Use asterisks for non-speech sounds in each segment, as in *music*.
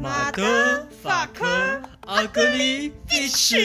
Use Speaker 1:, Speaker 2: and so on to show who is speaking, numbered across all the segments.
Speaker 1: 马德法科阿格里地区。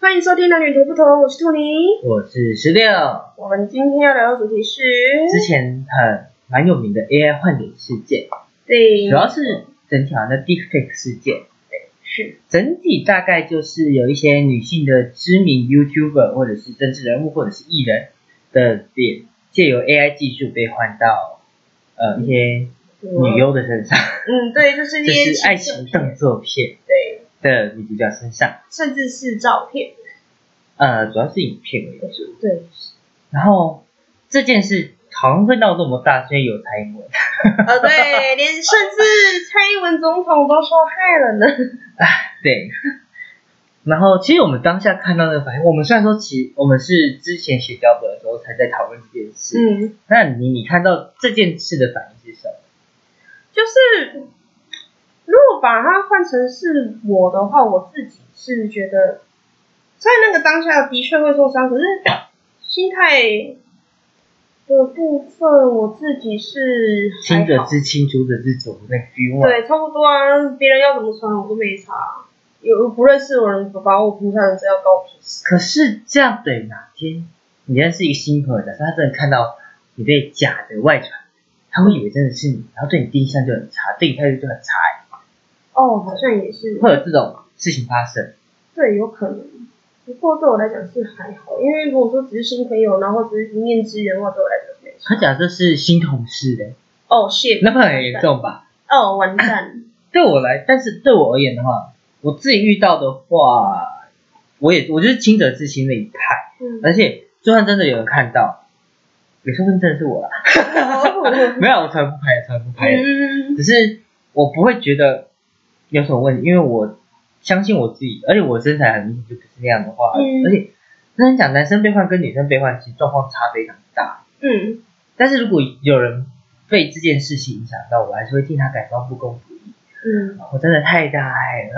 Speaker 2: 欢迎收听《男女图不同》，我是兔妮。
Speaker 3: 我是十六。
Speaker 2: 我们今天要聊的主题是
Speaker 3: 之前很蛮有名的 AI 换脸事件，
Speaker 2: 对，
Speaker 3: 主要是整体好像在 Deepfake 事件，
Speaker 2: 是
Speaker 3: 整体大概就是有一些女性的知名 YouTuber 或者是政治人物或者是艺人的脸，借由 AI 技术被换到呃一些女优的身上，
Speaker 2: 嗯，对，哦就是一
Speaker 3: 就
Speaker 2: 些
Speaker 3: 是爱情动作片
Speaker 2: 对，
Speaker 3: 的女主角身上，
Speaker 2: 甚至是照片，
Speaker 3: 呃，主要是影片为主。
Speaker 2: 对，
Speaker 3: 然后这件事好像会闹这么大，所以有蔡英文。 *laughs*
Speaker 2: 呃，对，连甚至蔡英文总统都受害了呢。
Speaker 3: 对。然后，其实我们当下看到那个反应，我们虽然说其我们是之前写脚本的时候才在讨论这件
Speaker 2: *laughs*
Speaker 3: 事，
Speaker 2: 嗯，
Speaker 3: 那你你看到这件事的反应是什么？
Speaker 2: 就是如果把它换成是我的话，我自己是觉得，虽然那个当下的确会受伤，可是心态的部分，我自己是还
Speaker 3: 清者
Speaker 2: 好
Speaker 3: 自清，浊者自浊，那个 feel 嘛。
Speaker 2: 对，差不多啊，别人要怎么传我都没差，有不认识的人把我评价成这样，关我屁事。
Speaker 3: 可是这样等于哪天你认识一个新朋友，假设他真的看到你被假的外传，他会以为真的是你，然后对你第一印象就很差，对你态度就很差、欸，
Speaker 2: 哦，好像也是，
Speaker 3: 会有这种事情发生。
Speaker 2: 对，有可能。不过对我来讲是还好，因为如果说只是新朋友，然后只是一面之缘的话，对我来讲没
Speaker 3: 可
Speaker 2: 差。
Speaker 3: 假设是新同事嘞，
Speaker 2: 哦，shit，
Speaker 3: 那会很严重吧？
Speaker 2: 哦，完蛋，
Speaker 3: 对我来，但是对我而言的话，我自己遇到的话，我也我就是清者自清那一派，
Speaker 2: 嗯，
Speaker 3: 而且就算真的有人看到，也说不定真的是我啦。没有，我才不拍，才不拍，
Speaker 2: 嗯，
Speaker 3: 只是我不会觉得有什么问题，因为我相信我自己，而且我身材很明显就不是那样的话，
Speaker 2: 嗯
Speaker 3: 而且跟你讲，男生被换跟女生被换其实状况差非常大，
Speaker 2: 嗯，
Speaker 3: 但是如果有人被这件事情影响到，我还是会替他感到不公不义，
Speaker 2: 嗯，
Speaker 3: 我真的太大爱了。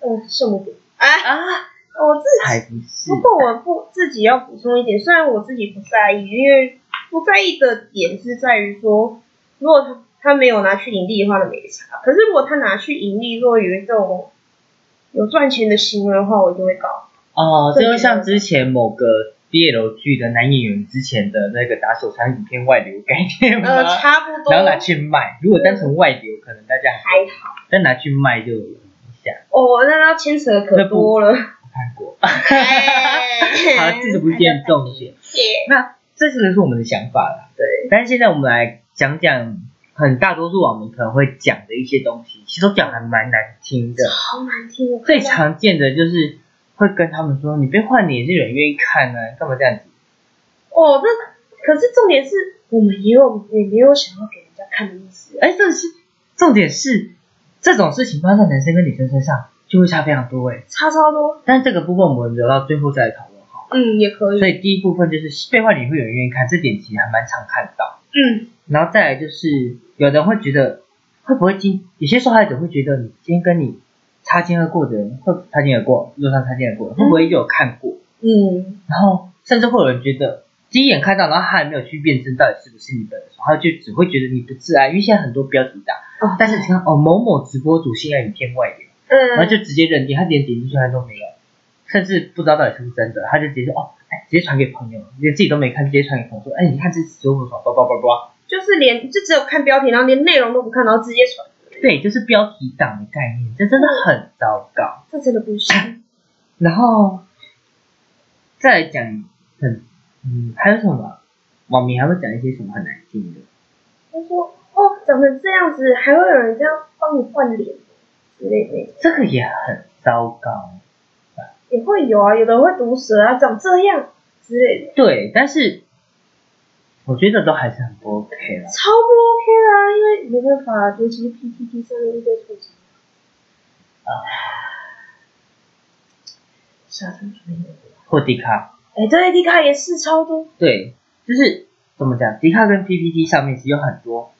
Speaker 2: 哦，圣母饼，哎，
Speaker 3: 啊，
Speaker 2: 我自己
Speaker 3: 才不是
Speaker 2: 不。过我不自己要补充一点，虽然我自己不在意，因为不在意的点是在于说，如果他他没有拿去盈利的话，那没差。可是如果他拿去盈利，如果有一种有赚钱的行为的话，我就会告。
Speaker 3: 哦，
Speaker 2: 对
Speaker 3: 这就像之前某个 BL 剧的男演员之前的那个打手枪影片外流概念
Speaker 2: 呃，
Speaker 3: 吗？
Speaker 2: 差不多。
Speaker 3: 然后拿去卖，如果单纯外流，可能大家
Speaker 2: 还
Speaker 3: 好，但拿去卖就有影响。
Speaker 2: 哦，那他牵扯的可多了。
Speaker 3: *laughs*
Speaker 2: 哎
Speaker 3: 我看过，
Speaker 2: 好
Speaker 3: *laughs* 好，这个不是今
Speaker 2: *laughs*
Speaker 3: 天重点。那这个是我们的想法啦，
Speaker 2: 对，
Speaker 3: 但是现在我们来讲讲很大多数网民可能会讲的一些东西，其实都讲还蛮难听的。
Speaker 2: 好难听。哦我看
Speaker 3: 最
Speaker 2: 到
Speaker 3: 常见的就是会跟他们说，你被换脸是有人愿意看呢、啊干嘛这样子？
Speaker 2: 哦，这可是重点是我们也有也没有想要给人家看的意思。
Speaker 3: 哎，这是重点是这种事情发生在男生跟女生身上就会差非常多哎。
Speaker 2: 差超多，
Speaker 3: 但这个部分我们留到最后再来讨论好。
Speaker 2: 嗯，也可以
Speaker 3: 所，以第一部分就是被换脸会有人愿意看，这点其实还蛮常看到。
Speaker 2: 嗯，
Speaker 3: 然后再来就是有人会觉得会不会今有些受害者会觉得你今天跟你擦肩而过的人会擦肩而过，路上擦肩而过的会不会有看过？
Speaker 2: 嗯，
Speaker 3: 然后甚至会有人觉得第一眼看到，然后他还没有去辨证到底是不是你本人的时候，他就只会觉得你不自爱，因为现在很多标题党，
Speaker 2: 哦
Speaker 3: 但是你看哦某某直播主性爱影片外流，
Speaker 2: 嗯，
Speaker 3: 然后就直接认定，他连点进去看都没有，甚至不知道到底是不是真的，他就直接说哦，哎，直接传给朋友，连自己都没看，直接传给朋友说，哎，你看这直播主爽，叭叭叭叭，
Speaker 2: 就是连就只有看标题，然后连内容都不看，然后直接传，
Speaker 3: 对，就是标题党的概念，这真的很糟糕。
Speaker 2: 这真的不
Speaker 3: *laughs*
Speaker 2: 行。
Speaker 3: 然后再来讲很嗯，还有什么网民还会讲一些什么很难听的？
Speaker 2: 他说哦，长成这样子，还会有人这样帮你换脸之类的，
Speaker 3: 这个也很糟糕。
Speaker 2: 也会有啊，有的会毒舌啊，长这样之类的，
Speaker 3: 对，但是我觉得都还是很不 OK 了。
Speaker 2: 超不 OK 的啊，因为没办法，尤其是 PTT 上面一堆臭直男。傻成主义
Speaker 3: 或迪卡，
Speaker 2: 哎，对，迪卡也是超多，
Speaker 3: 对，就是怎么讲，迪卡跟 PPT 上面其实有很多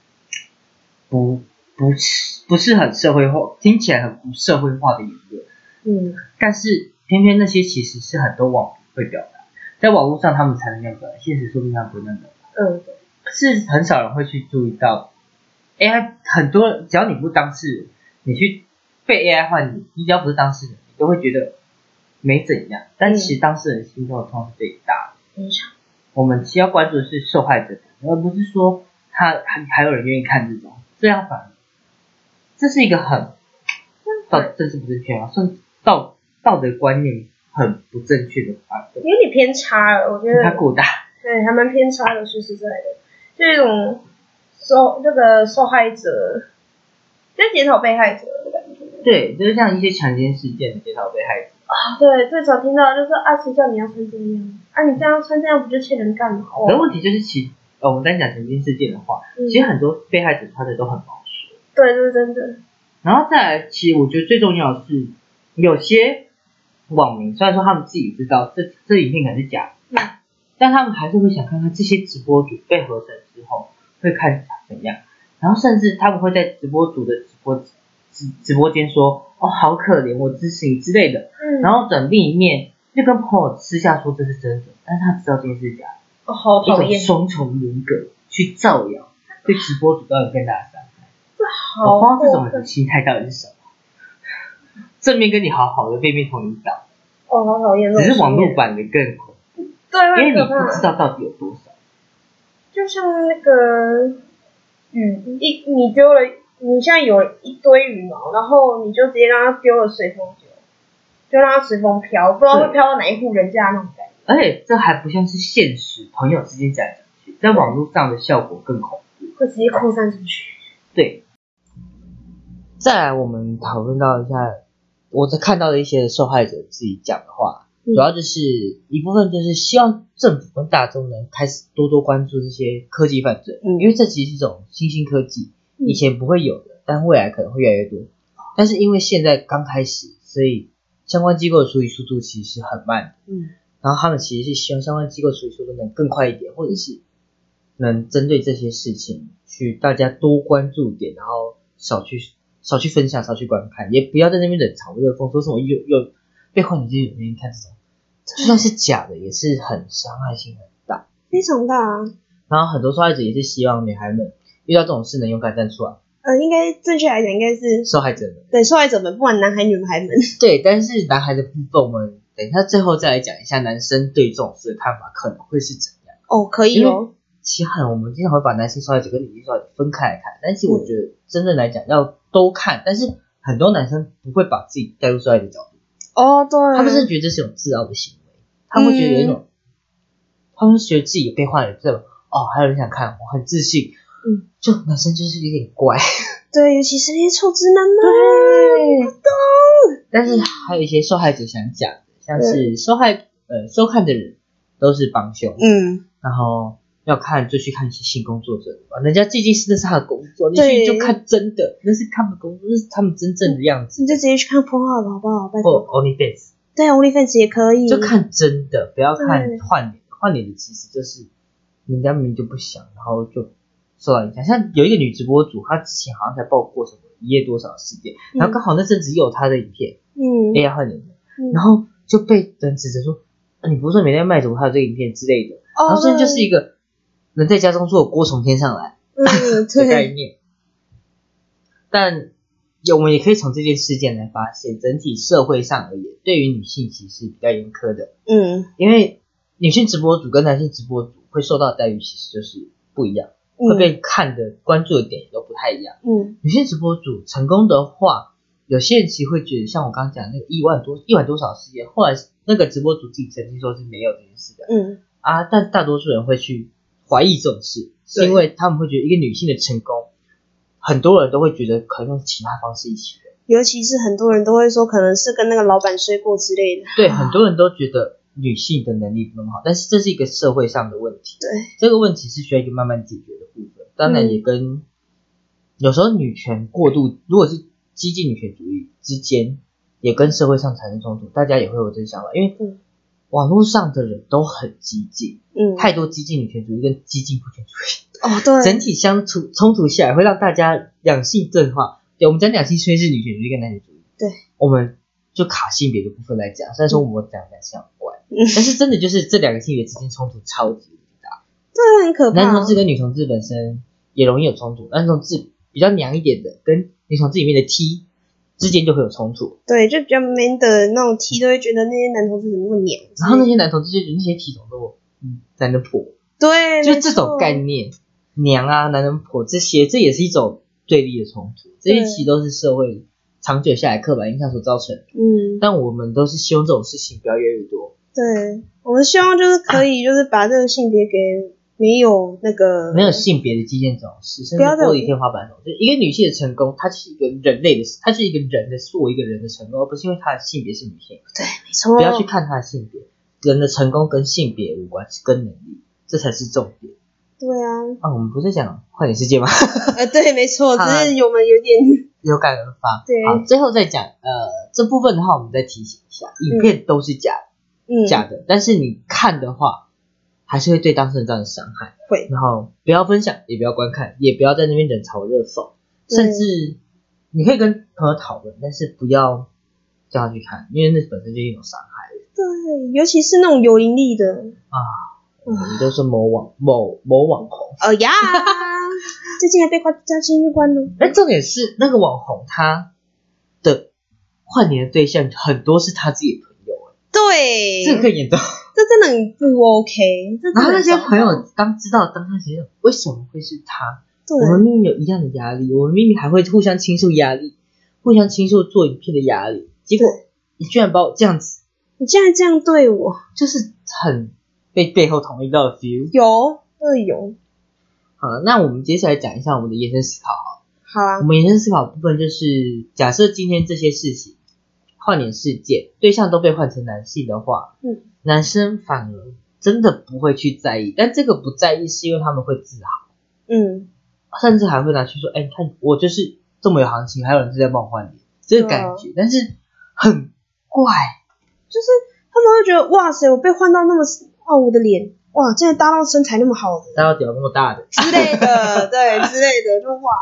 Speaker 3: 不不是不是很社会化，听起来很不社会化的言论，
Speaker 2: 嗯，
Speaker 3: 但是偏偏那些其实是很多网民会表达，在网络上他们才能那样表达，现实说不定他们不会那样表达
Speaker 2: 嗯，
Speaker 3: 是很少人会去注意到 AI 很多，只要你不当事人，你去被 AI 换你，你只要不是当事人，你都会觉得没怎样。但其实当事人心中的痛是最大的。
Speaker 2: 没错，
Speaker 3: 我们需要关注的是受害者，而不是说他还还有人愿意看这种，这样反而这是一个很道政治不正确嘛，算道道德观念很不正确的反对，
Speaker 2: 有点偏差了，我觉
Speaker 3: 他
Speaker 2: 得。
Speaker 3: 过大。
Speaker 2: 对，还蛮偏差的，说实在的，就有一种受那个受害者在检讨被害者的感觉。
Speaker 3: 对，就是像一些强奸事件检讨被害者，
Speaker 2: 啊对，最常听到的就是啊，谁叫你要穿这样？啊，你这样穿这样不就欠人干嘛？
Speaker 3: 可是
Speaker 2: 哦，
Speaker 3: 问题就是其呃我们单讲强奸事件的话，
Speaker 2: 嗯
Speaker 3: 其实很多被害者穿的都很保守。
Speaker 2: 对，这是真的。
Speaker 3: 然后再来，其实我觉得最重要的是，有些网民虽然说他们自己知道这这影片可能是假的，
Speaker 2: 嗯
Speaker 3: 但他们还是会想看看这些直播主被合成之后会看怎样，然后甚至他们会在直播主的直播直直播间说，哦好可怜，我支持你之类的，
Speaker 2: 嗯，
Speaker 3: 然后等另一面就跟朋友私下说这是真的，但是他知道这件事是假的，
Speaker 2: 哦，好
Speaker 3: 一
Speaker 2: 讨
Speaker 3: 种
Speaker 2: 厌，
Speaker 3: 双重人格去造谣，对直播主造成更大的伤害。
Speaker 2: 好
Speaker 3: 我不知道这种
Speaker 2: 过
Speaker 3: 人的
Speaker 2: 分，
Speaker 3: 心态到底是什么，正面跟你好好的，背面捅你一刀，
Speaker 2: 哦，好讨厌。
Speaker 3: 只是网络版的更恐
Speaker 2: 对，
Speaker 3: 怖，因为
Speaker 2: 会
Speaker 3: 你
Speaker 2: 很可
Speaker 3: 不知
Speaker 2: 怕。
Speaker 3: 道到底有多少。
Speaker 2: 就像那个雨，一你丢了，你现在有一堆羽毛，然后你就直接让它丢了随风丢，就让它随风飘，不知道会飘到哪一户人家那种感觉。
Speaker 3: 而且这还不像是现实朋友之间讲来讲去，在网络上的效果更恐怖。
Speaker 2: 会直接扩散出去。
Speaker 3: 对。再来，我们讨论到一下，我在看到的一些受害者自己讲的话，
Speaker 2: 嗯
Speaker 3: 主要就是一部分就是希望政府跟大众能开始多多关注这些科技犯罪，
Speaker 2: 嗯
Speaker 3: 因为这其实是一种新兴科技，
Speaker 2: 嗯
Speaker 3: 以前不会有的，但未来可能会越来越多。但是因为现在刚开始，所以相关机构的处理速度其实是很慢的。
Speaker 2: 嗯，
Speaker 3: 然后他们其实是希望相关机构处理速度能更快一点，或者是能针对这些事情去大家多关注一点，然后少去少去分享，少去观看，也不要在那边冷嘲热讽，说什么又又被换你这有人看这种，就算是假的，也是很伤害性很大。
Speaker 2: 非常大、啊。
Speaker 3: 然后很多受害者也是希望女孩们遇到这种事能勇敢站出来，
Speaker 2: 呃，应该正确来讲，应该是
Speaker 3: 受害者们。
Speaker 2: 对受害者们，不管男孩女孩们，
Speaker 3: 对，但是男孩的部分，我们等一下最后再来讲一下男生对这种事的看法可能会是怎样。
Speaker 2: 哦，可以哦。
Speaker 3: 其实很，我们经常会把男性受害者跟女性受害者分开来看，但是我觉得真正来讲要都看，但是很多男生不会把自己带入受害者角度，
Speaker 2: 哦，对，
Speaker 3: 他们是觉得这是一种自傲的行为，他们会觉得有一种，他们觉得自己有被坏了，这种哦，还有人想看，我很自信，
Speaker 2: 嗯，
Speaker 3: 就男生就是有点乖，
Speaker 2: 对，尤其是那些臭直男啊们，不懂。
Speaker 3: 但是还有一些受害者想讲的，像是受害呃收看的人都是帮凶，
Speaker 2: 嗯，
Speaker 3: 然后要看就去看一些性工作者的吧，人家毕竟是那是他的工作，你
Speaker 2: 对
Speaker 3: 去就看真的，那是他们工作，那是他们真正的样子。
Speaker 2: 你就直接去看 p o r 好不好？拜
Speaker 3: 或
Speaker 2: 托。
Speaker 3: OnlyFans
Speaker 2: 对，OnlyFans 也可以。
Speaker 3: 就看真的，不要看
Speaker 2: 嗯对
Speaker 3: 换脸，换脸的其实就是人家明明就不想，然后就受到影响。像有一个女直播主，她之前好像才爆过什么一夜多少事件，然后刚好那阵子也有她的影片
Speaker 2: 嗯，
Speaker 3: AI 换脸的，
Speaker 2: 嗯
Speaker 3: 然后就被人指责说，啊你不是说每天卖毒，还有这个影片之类的，然后
Speaker 2: 现
Speaker 3: 甚至就是一个人在家中坐锅从天上来。
Speaker 2: *laughs* 嗯，
Speaker 3: 的概
Speaker 2: 对，
Speaker 3: 念。但也我们也可以从这件事件来发现，整体社会上而言，对于女性其实比较严苛的，
Speaker 2: 嗯
Speaker 3: 因为女性直播主跟男性直播主会受到的待遇其实就是不一样，会
Speaker 2: 嗯
Speaker 3: 被看的关注的点也都不太一样。
Speaker 2: 嗯
Speaker 3: 女性直播主成功的话，有些人其实会觉得，像我刚刚讲的那个一万多一万多少事件，后来那个直播主自己曾经说是没有这件事的，
Speaker 2: 嗯，
Speaker 3: 啊，但大多数人会去怀疑这种事，是
Speaker 2: 对
Speaker 3: 因为他们会觉得一个女性的成功，很多人都会觉得可能用其他方式一起的。
Speaker 2: 尤其是很多人都会说，可能是跟那个老板睡过之类的。
Speaker 3: 对，很多人都觉得女性的能力不那么好，但是这是一个社会上的问题，
Speaker 2: 对，
Speaker 3: 这个问题是需要一个慢慢解决的部分。当然也跟、
Speaker 2: 嗯
Speaker 3: 有时候女权过度，如果是激进女权主义之间，也跟社会上产生冲突，大家也会有这个想法，因为
Speaker 2: 嗯
Speaker 3: 网络上的人都很激进，
Speaker 2: 嗯，
Speaker 3: 太多激进女权主义跟激进父权主义。
Speaker 2: 哦，对，
Speaker 3: 整体相处冲突下来，会让大家两性对话。对，我们讲两性虽然是女权主义跟男权主义，
Speaker 2: 对，
Speaker 3: 我们就卡性别的部分来讲，虽然说我们讲两性很怪，
Speaker 2: 嗯
Speaker 3: 但是真的就是这两个性别之间冲突超级大。
Speaker 2: 对，很可怕。啊
Speaker 3: 男同志跟女同志本身也容易有冲突，男同志比较娘一点的跟女团这里面的 T 之间就会有冲突。
Speaker 4: 对，就比较 man 的那种 T 都会觉得那些男同志怎么那么娘，
Speaker 3: 然后那些男同志就觉得那些 T 总都嗯男人婆，
Speaker 4: 对，
Speaker 3: 就
Speaker 4: 没
Speaker 3: 这种
Speaker 4: 错
Speaker 3: 概念，娘啊男人婆这些，这也是一种对立的冲突。这些其实都是社会长久下来刻板印象所造成的。
Speaker 4: 嗯，
Speaker 3: 但我们都是希望这种事情不要越来越多。
Speaker 4: 对，我们希望就是可以就是把这个性别给没有那个
Speaker 3: 没有性别的基建这种事，甚
Speaker 4: 不
Speaker 3: 至
Speaker 4: 要再
Speaker 3: 玻璃天花板这种事。一个女性的成功，它是一个人类的，它是一个人的做一个人的成功，而不是因为她的性别是女性。
Speaker 4: 没错，
Speaker 3: 不要去看她的性别，人的成功跟性别无关，是跟能力，这才是重点。
Speaker 4: 对啊，
Speaker 3: 啊，我们不是讲快点世界吗？
Speaker 4: 呃，对，没错，只
Speaker 3: 好啊
Speaker 4: 是我们有点
Speaker 3: 有感而发。
Speaker 4: 对
Speaker 3: 好，最后再讲呃这部分的话，我们再提醒一下，影片都是假的。
Speaker 4: 嗯，
Speaker 3: 假的，但是你看的话，还是会对当事人造成伤害。
Speaker 4: 会
Speaker 3: 然后不要分享，也不要观看，也不要在那边冷嘲热讽，
Speaker 4: 对
Speaker 3: 甚至你可以跟朋友讨论，但是不要叫他去看，因为那本身就是一种伤害
Speaker 4: 对，尤其是那种有盈利的，
Speaker 3: 啊。
Speaker 4: 嗯
Speaker 3: 我们都是某网某某网红，
Speaker 4: 哦
Speaker 3: *laughs*
Speaker 4: 呀，最近还被关加进入关了，
Speaker 3: 但重点是那个网红他的换脸的对象很多是他自己的朋友，
Speaker 4: 对，
Speaker 3: 这个更严重。
Speaker 4: 这真的很不 OK，这真的
Speaker 3: *laughs* 然后那些
Speaker 4: 很糟糕
Speaker 3: 朋友当知道当下其实为什么会是他，我们
Speaker 4: 对
Speaker 3: 明明有一样的压力，我们明明还会互相倾诉压力，互相倾诉做影片的压力，结果你居然把我这样子，
Speaker 4: 你竟然这样对我，
Speaker 3: 就是很被背后捅一刀的 feel。
Speaker 4: 有，真的有，
Speaker 3: 好了，那我们接下来讲一下我们的延伸思考好了。
Speaker 4: 好啊
Speaker 3: 我，们延伸思考的部分就是，假设今天这些事情换脸事件对象都被换成男性的话，
Speaker 4: 嗯，
Speaker 3: 男生反而真的不会去在意，但这个不在意是因为他们会自豪，
Speaker 4: 嗯，
Speaker 3: 甚至还会拿去说，哎、你看我就是这么有行情，还有人是在帮我换脸，这个感觉，但是很怪，
Speaker 4: 他们会觉得哇塞，我被换到那么哦，我的脸哇，竟然搭到身材那么好的
Speaker 3: 大家屌那么大的。
Speaker 4: 之类 *laughs* 的，对之类的，就哇，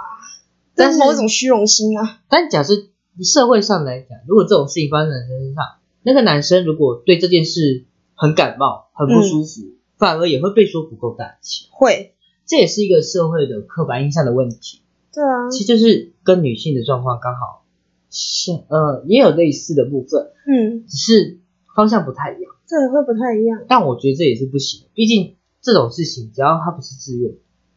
Speaker 4: 这
Speaker 3: 但
Speaker 4: 是
Speaker 3: 是
Speaker 4: 某一种虚荣心啊，
Speaker 3: 但假设社会上来讲，如果这种事情发生在男生身上，那个男生如果对这件事很感冒、很不舒服，反而也会被说不够大气。
Speaker 4: 会，
Speaker 3: 这也是一个社会的刻板印象的问题，
Speaker 4: 对啊，
Speaker 3: 其实就是跟女性的状况刚好像，呃，也有类似的部分，
Speaker 4: 嗯，
Speaker 3: 只是方向不太一样。
Speaker 4: 这个会不太一样，
Speaker 3: 但我觉得这也是不行的，毕竟这种事情只要他不是自愿，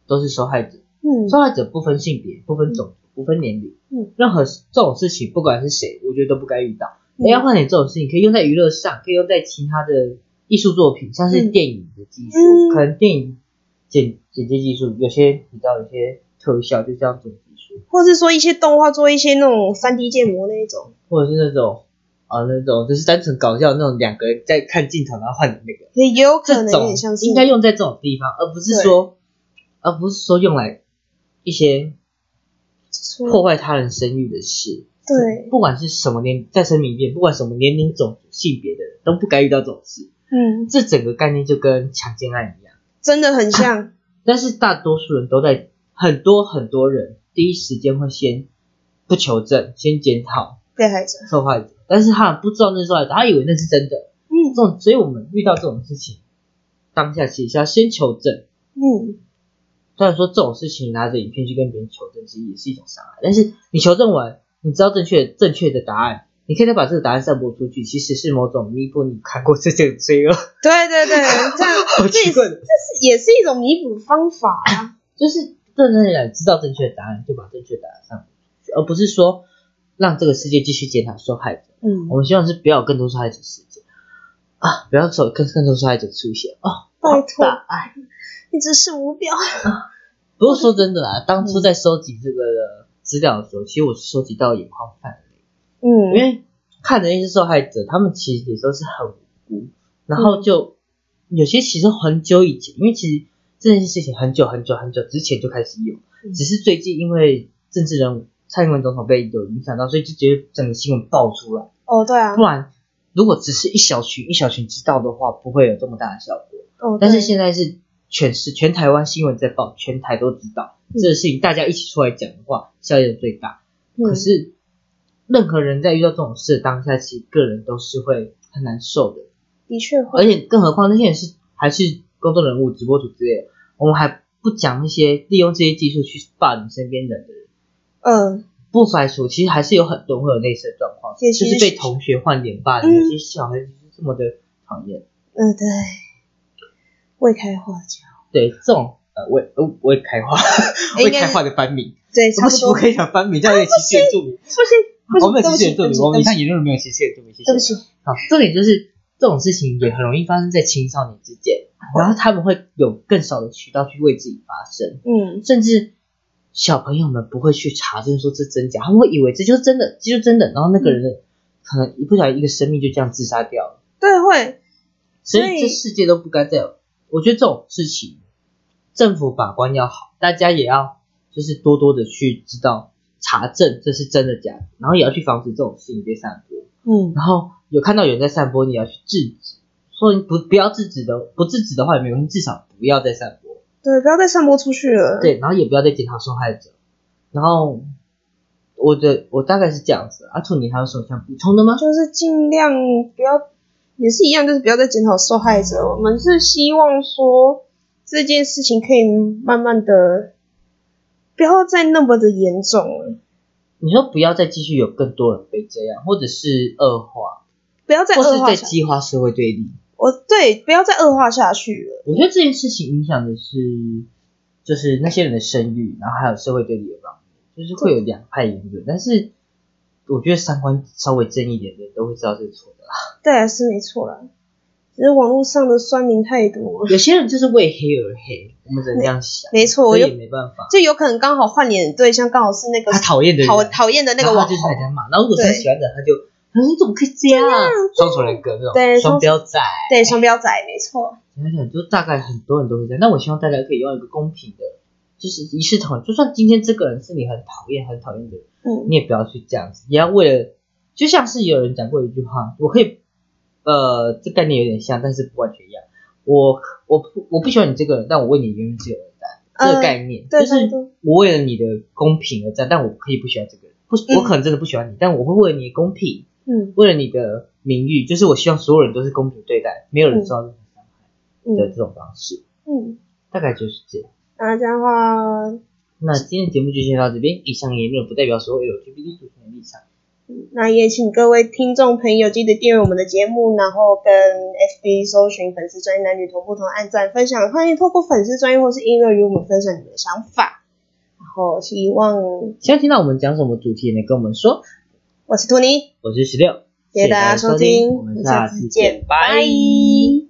Speaker 3: 都是受害者。
Speaker 4: 嗯，
Speaker 3: 受害者不分性别、不分种族、不分年龄，
Speaker 4: 嗯，
Speaker 3: 任何这种事情，不管是谁，我觉得都不该遇到。
Speaker 4: 嗯
Speaker 3: 哎，要换脸这种事情，可以用在娱乐上，可以用在其他的艺术作品，像是
Speaker 4: 嗯
Speaker 3: 电影的技术，
Speaker 4: 嗯
Speaker 3: 可能电影剪剪接技术，有些你知道，有些特效就是要做技术，
Speaker 4: 或是说一些动画做一些那种三 D 建模那一种，
Speaker 3: 或者是那种啊那种就是单纯搞笑的那种，两个人在看镜头然后换脸那个，
Speaker 4: 也也有可
Speaker 3: 这
Speaker 4: 能有
Speaker 3: 种
Speaker 4: 点像是
Speaker 3: 应该用在这种地方，而不是说，而不是说用来一些破坏他人声誉的事。
Speaker 4: 嗯对，
Speaker 3: 不管是什么年，再声明一遍，不管什么年龄、种族、性别的人，都不该遇到这种事。
Speaker 4: 嗯，
Speaker 3: 这整个概念就跟强奸案一样，
Speaker 4: 真的很 *laughs* 像，
Speaker 3: 但是大多数人都在很多很多人第一时间会先不求证，先检讨
Speaker 4: 被害者，
Speaker 3: 受害者，但是他不知道那是受害者，他以为那是真的。
Speaker 4: 嗯
Speaker 3: 这种，所以我们遇到这种事情，当下其实要先求证。
Speaker 4: 嗯，
Speaker 3: 虽然说这种事情拿着影片去跟别人求证，其实也是一种伤害。但是你求证完，你知道正确正确的答案，你可以再把这个答案散播出去，其实是某种弥补你看过这件罪恶。
Speaker 4: 对对对，这样
Speaker 3: 好奇怪的，
Speaker 4: 这是也是一种弥补方法啊，
Speaker 3: 就是认真来知道正确的答案，就把正确的答案散播出去，而不是说让这个世界继续检讨受害者。
Speaker 4: 嗯
Speaker 3: 我，们希望是不要有更多受害者事件啊，不要受更更多受害者出现哦。
Speaker 4: 拜托
Speaker 3: 大爱。
Speaker 4: 一直是无标，
Speaker 3: 不过说真的啦，当初在收集这个资料的时候，其实我是收集到眼眶泛泪。
Speaker 4: 嗯，
Speaker 3: 因为看着那些受害者，他们其实也都是很无辜，然后就、有些其实很久以前，因为其实这件事情很久很久很久之前就开始有，
Speaker 4: 嗯
Speaker 3: 只是最近因为政治人物蔡英文总统被有影响到，所以就觉得整个新闻爆出来，
Speaker 4: 哦对啊
Speaker 3: 不，然如果只是一小群一小群知道的话，不会有这么大的效果。
Speaker 4: 哦，
Speaker 3: 但是
Speaker 4: 对
Speaker 3: 现在是全市全台湾新闻在报，全台都知道、
Speaker 4: 嗯
Speaker 3: 这个事情，大家一起出来讲的话，效益最大。
Speaker 4: 嗯
Speaker 3: 可是任何人在遇到这种事的当下，其实个人都是会很难受的，
Speaker 4: 的确会，
Speaker 3: 而且更何况那些人是还是公众人物、直播主之类的，我们还不讲那些利用这些技术去霸凌身边人的人，
Speaker 4: 嗯，
Speaker 3: 不排除其实还是有很多人会有类似的状况，
Speaker 4: 也
Speaker 3: 就
Speaker 4: 其
Speaker 3: 是
Speaker 4: 实
Speaker 3: 被同学换脸霸凌，
Speaker 4: 嗯
Speaker 3: 有些小孩就是这么的讨厌。
Speaker 4: 嗯，对，未开化角，
Speaker 3: 对，这种呃未呃未开 *laughs* 化
Speaker 4: 哎
Speaker 3: 未
Speaker 4: 应该
Speaker 3: 开
Speaker 4: 是
Speaker 3: 化的班名，
Speaker 4: 对，差不
Speaker 3: 我不行，
Speaker 4: 多。
Speaker 3: 我
Speaker 4: 不
Speaker 3: 可以讲班名，这样有歧视原住民。
Speaker 4: 行，不行，
Speaker 3: 我没
Speaker 4: 对不
Speaker 3: 有歧视原
Speaker 4: 起，
Speaker 3: 住
Speaker 4: 对不
Speaker 3: 民，
Speaker 4: 起，
Speaker 3: 我们
Speaker 4: 对
Speaker 3: 以上言论没有歧视原住民，谢谢
Speaker 4: 不。起，
Speaker 3: 好，重点就是这种事情也很容易发生在青少年之间，
Speaker 4: 啊
Speaker 3: 然后他们会有更少的渠道去为自己发声，
Speaker 4: 嗯，
Speaker 3: 甚至小朋友们不会去查证说这真假，他们会以为这就是真的，这就是真的，然后那个人的、可能一不小心一个生命就这样自杀掉了，
Speaker 4: 对，会，
Speaker 3: 所
Speaker 4: 所
Speaker 3: 以
Speaker 4: 以
Speaker 3: 这世界都不该再有。我觉得这种事情，政府把关要好，大家也要就是多多的去知道查证这是真的假的，然后也要去防止这种事情被散播。
Speaker 4: 嗯，
Speaker 3: 然后有看到有人在散播，你要去制止，说你不不要制止的，不制止的话也没关系，至少不要再散播。
Speaker 4: 对，不要再散播出去了。，
Speaker 3: 对，然后也不要再检讨受害者。然后我的我大概是这样子。阿兔，你还有什么想补充的吗？
Speaker 4: 就是尽量不要，也是一样，就是不要再检讨受害者。我们是希望说这件事情可以慢慢的，不要再那么的严重了，
Speaker 3: 你说不要再继续有更多人被这样，或者是恶化，
Speaker 4: 不要再
Speaker 3: 或
Speaker 4: 恶
Speaker 3: 是
Speaker 4: 化
Speaker 3: 在
Speaker 4: 下
Speaker 3: 激化社会对立。
Speaker 4: 我对，不要再恶化下去了。
Speaker 3: 我觉得这件事情影响的是，就是那些人的声誉，然后还有社会对立的浪漫，就是会有两派言论。但是我觉得三观稍微正一点的人都会知道这是错的。
Speaker 4: 对啊，是没错啦。只是网络上的酸民太多了，
Speaker 3: 有些人就是为黑而黑，我们只能这样想，
Speaker 4: 没错，我
Speaker 3: 所以
Speaker 4: 有
Speaker 3: 也没办法。
Speaker 4: 就有可能刚好换脸的对象刚好是那个
Speaker 3: 他讨厌的人，
Speaker 4: 讨讨厌的那个
Speaker 3: 然后
Speaker 4: 网
Speaker 3: 他就是
Speaker 4: 红
Speaker 3: 还，在骂。然后如果是他
Speaker 4: 对啊
Speaker 3: 喜欢的人，他就他说你怎么可以这样？双重人格那
Speaker 4: 对
Speaker 3: 种，双标仔。
Speaker 4: 对，双标仔，没错，
Speaker 3: 想想就大概很多人都会这样。那我希望大家可以用一个公平的，就是一视同仁。就算今天这个人是你很讨厌、很讨厌的人，
Speaker 4: 嗯，
Speaker 3: 你也不要去这样子，也要为了，就像是有人讲过一句话，我可以，呃，这概念有点像，但是不完全一样。我我不我不喜欢你这个人，但我为你永远自由而战，这个
Speaker 4: 嗯
Speaker 3: 概念、
Speaker 4: 对
Speaker 3: 就是
Speaker 4: 对对
Speaker 3: 我为了你的公平而战，但我可以不喜欢这个人，不，我
Speaker 4: 嗯
Speaker 3: 可能真的不喜欢你，但我会为了你的公平，
Speaker 4: 嗯
Speaker 3: 为了你的名誉，就是我希望所有人都是公平对待，没有人受到任何伤害的
Speaker 4: 嗯
Speaker 3: 这种方式，
Speaker 4: 嗯，
Speaker 3: 大概就是这样。
Speaker 4: 那这样的话，嗯
Speaker 3: 那今天的节目就先到这边，以上言论不代表所有 LGBT 族群的立场。
Speaker 4: 那也请各位听众朋友记得订阅我们的节目，然后跟 FB 搜寻粉丝专业男女同不同按赞分享，欢迎透过粉丝专业或是音乐与我们分享你们的想法。然后希望
Speaker 3: 想要听到我们讲什么主题，也能跟我们说。
Speaker 4: 我是图尼，
Speaker 3: 我是十六，
Speaker 4: 谢谢大家收听，
Speaker 3: 我们下次见，
Speaker 4: 拜
Speaker 3: 拜。